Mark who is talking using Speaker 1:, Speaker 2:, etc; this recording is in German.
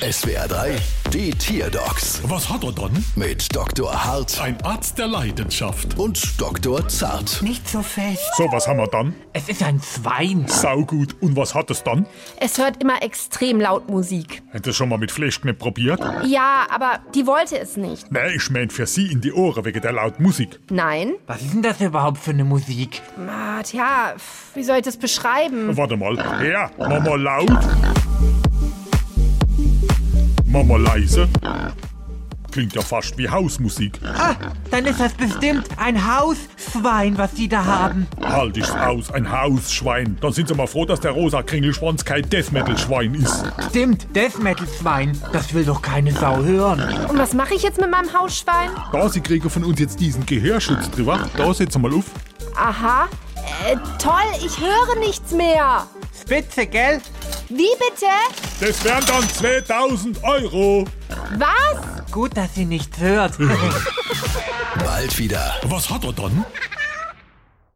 Speaker 1: SWR 3, die Tierdocs
Speaker 2: Was hat er dann?
Speaker 1: mit Dr. Hart
Speaker 2: Ein Arzt der Leidenschaft.
Speaker 1: und Dr. Zart.
Speaker 3: Nicht so fest.
Speaker 2: So, was haben wir dann?
Speaker 3: Es ist ein Schwein.
Speaker 2: Saugut. Und was hat es dann?
Speaker 4: Es hört immer extrem laut Musik.
Speaker 2: Hätte es schon mal mit Fleischknepp probiert?
Speaker 4: Ja, aber die wollte es nicht.
Speaker 2: Nein, ich mein für sie in die Ohren wegen der lauten Musik.
Speaker 4: Nein.
Speaker 3: Was ist denn das überhaupt für eine Musik?
Speaker 4: Ah, tja, pf, wie soll ich das beschreiben?
Speaker 2: Warte mal. Ja, mach mal laut. Mach mal leise. Klingt ja fast wie Hausmusik.
Speaker 3: Ah, dann ist das bestimmt ein Hausschwein, was die da haben.
Speaker 2: Halt ich's aus, ein Hausschwein. Dann sind sie mal froh, dass der rosa Kringelschwanz kein Death Metal Schwein ist.
Speaker 3: Stimmt, Death Metal Schwein. Das will doch keine Sau hören.
Speaker 4: Und was mache ich jetzt mit meinem Hausschwein?
Speaker 2: Da sie kriegen von uns jetzt diesen Gehörschutz drüber. Da setz mal auf.
Speaker 4: Aha. Äh, toll, ich höre nichts mehr.
Speaker 3: Spitze, gell?
Speaker 4: Wie bitte?
Speaker 2: Das wären dann 2000 Euro.
Speaker 4: Was?
Speaker 3: Gut, dass sie nichts hört.
Speaker 1: Bald wieder.
Speaker 2: Was hat er dann?